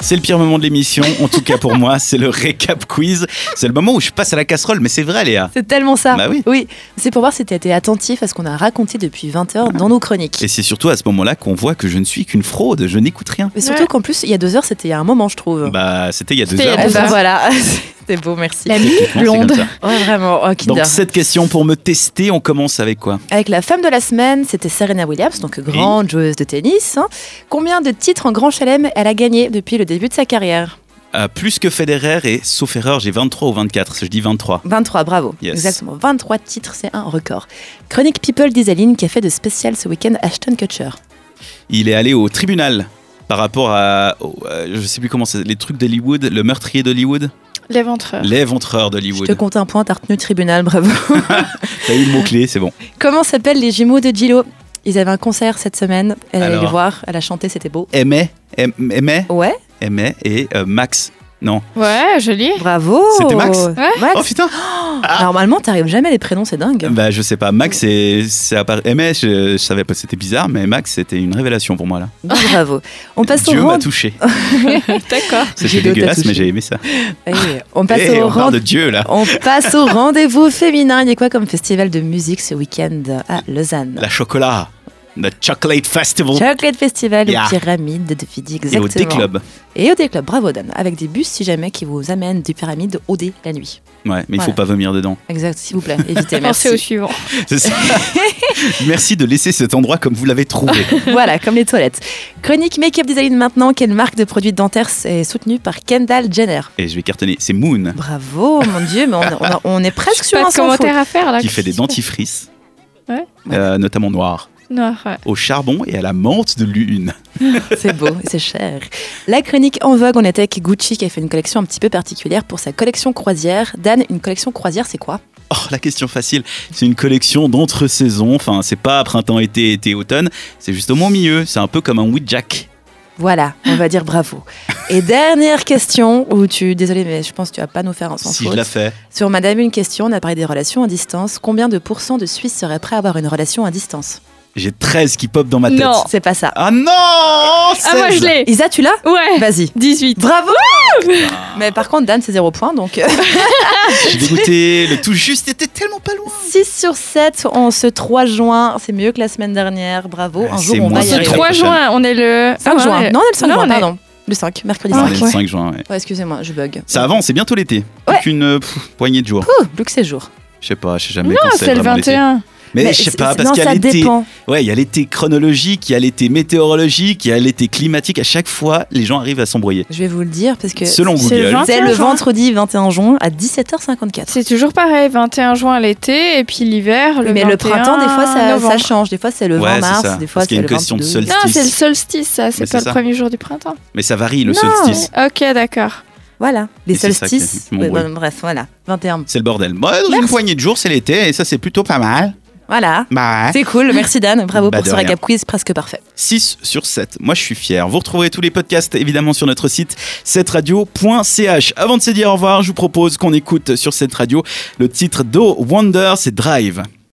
C'est le pire moment de l'émission, en tout cas pour moi, c'est le récap quiz. C'est le moment où je passe à la casserole, mais c'est vrai Léa. C'est tellement ça. Bah oui. Oui, c'est pour voir si tu étais attentif à ce qu'on a raconté depuis 20 heures dans nos chroniques. Et c'est surtout à ce moment-là qu'on voit que je ne suis qu'une fraude, je n'écoute rien. Mais surtout Ouais. qu'en plus, il y a deux heures, c'était il y a un moment, je trouve. Bah c'était il y a deux C'était il y a heures. Eh deux ben heures. voilà, c'était beau, merci. La nuit Techniquement, c'est comme blonde. ça. Ouais, vraiment, oh, Kinder. Donc cette question pour me tester, on commence avec quoi Avec la femme de la semaine, c'était Serena Williams, donc grande joueuse de tennis. hein. Combien de titres en Grand Chelem elle a gagné depuis le début de sa carrière Euh, Plus que Federer et sauf erreur, j'ai 23 ou 24, je dis 23. 23, bravo. Yes. Exactement, 23 titres, c'est un record. Chronique People d'Isaline qui a fait de spécial ce week-end Ashton Kutcher. Il est allé au tribunal par rapport à, au- euh, je sais plus comment c'est, les trucs d'Hollywood, le meurtrier d'Hollywood, L'éventreur. l'éventreur Je te d'Hollywood. compte un point, t'as retenu tribunal, bravo. T'as eu le mot-clé, c'est bon. Comment s'appellent les jumeaux de Gillo Ils avaient un concert cette semaine, elle allait Alors. les voir, elle a chanté, c'était beau. Aimait, aim- aimait, Ouais, aimait et euh, Max. Non. Ouais, joli. bravo C'était Max Max. Oh putain Ah. Normalement, t'arrives jamais à les prénoms, c'est dingue. Bah je sais pas, Max c'est... c'est appar- Aimait, je, je savais pas, c'était bizarre, mais Max c'était une révélation pour moi là. Bravo. On passe au Dieu m'a rang. touché. D'accord. C'était Dieu t'a dégueulasse, touché. mais j'ai aimé ça. Eh, On passe Eh, au on rang. parle de Dieu là. On passe au rendez-vous féminin. Il y a quoi comme festival de musique ce week-end à Lausanne La chocolat. The Chocolate Festival. Chocolate Festival Yeah. aux pyramides de Fidi, Et exactement. au D-Club. Et au D-Club, bravo Dan. Avec des bus, si jamais, qui vous amènent des pyramides au D la nuit. Ouais, mais il faut Voilà. pas vomir dedans. Exact, s'il vous plaît, évitez, Pensez merci. au suivant. C'est ça. Merci de laisser cet endroit comme vous l'avez trouvé. voilà, comme les toilettes. Chronique Make-up Design maintenant, quelle marque de produits dentaires est soutenue par Kendall Jenner Et je vais cartonner. C'est Moon Bravo, mon Dieu, mais on, on- on est presque sur Pas un de sans faute. commentaire à faire là. qui fait des dentifrices, Ouais. euh, notamment noirs, Noir, ouais. au charbon et à la menthe de lune. C'est beau, et c'est cher. La chronique en vogue, on était avec Gucci qui a fait une collection un petit peu particulière pour sa collection croisière. Dan, une collection croisière, c'est quoi Oh, la question facile. C'est une collection d'entre-saisons. Enfin, c'est pas printemps, été, été, automne. C'est justement au milieu. C'est un peu comme un Jack. Voilà, on va dire bravo. Et dernière question, où tu, désolé, mais je pense que tu vas pas nous faire un sans Si je faute. la fais. Sur Madame une question, on a parlé des relations à distance. Combien de pourcents de Suisses seraient prêts à avoir une relation à distance J'ai 13 qui pop dans ma tête. Non. C'est pas ça. Ah non Ah, moi je 16. l'ai. Isa, tu l'as Ouais. Vas-y. 18. Bravo Mais par contre, Dan, c'est zéro point, euh, donc... Je suis dégoûté. Le tout juste était tellement pas loin. 6 sur 7 en ce 3 juin, c'est mieux que la semaine dernière, bravo. Ah, Un jour, c'est on moins va cinq. y C'est arriver. 3 prochaine. juin, on est le. 5 Ah, juin. ouais. Non, on est le 5 Non, juin, on est- pardon. Le 5, mercredi Ah, On 5. est le ouais. 5 juin. ouais. Ouais, excusez-moi, je bug. Ça avance, c'est bientôt l'été. Ouais. Qu'une euh, pff, poignée de jours. Ouh, plus que c'est jours. Je sais pas, je sais jamais. Ah, quand c'est le vraiment l'été. 21. Mais, je sais c'est- pas, c'est- parce non, qu'il y a ça l'été. dépend. Ouais, il y a l'été chronologique, il y a l'été météorologique, il y a l'été climatique. À chaque fois, les gens arrivent à s'embrouiller. Je vais vous le dire parce que Selon c'est Google. vingt- c'est le 21 juin. vendredi 21 juin à 17h54. C'est toujours pareil, 21 juin l'été et puis l'hiver, le Mais le 21 printemps, des fois, ça, novembre. ça change. Des fois, c'est le Ouais, 20 c'est mars, ça. des fois, Parce c'est qu'il y a le une question de 22. solstice. Non, c'est le solstice, ça, Mais c'est c'est pas ça. le premier jour du printemps. Mais ça varie le Non. solstice. Ok, d'accord. Voilà, les Et c'est ça qui- solstices. qui m'embrouille. Ouais, bon, bref, voilà, 21. C'est le bordel. Bon, dans une poignée de jours, c'est l'été et ça, c'est plutôt pas mal. Voilà. Bah, C'est cool, merci Dan, bravo Bah, pour de ce rien. récap quiz presque parfait. 6 sur 7. Moi, je suis fier. Vous retrouverez tous les podcasts évidemment sur notre site setradio.ch. Avant de se dire au revoir, je vous propose qu'on écoute sur cette radio le titre d'O Wonder, c'est Drive.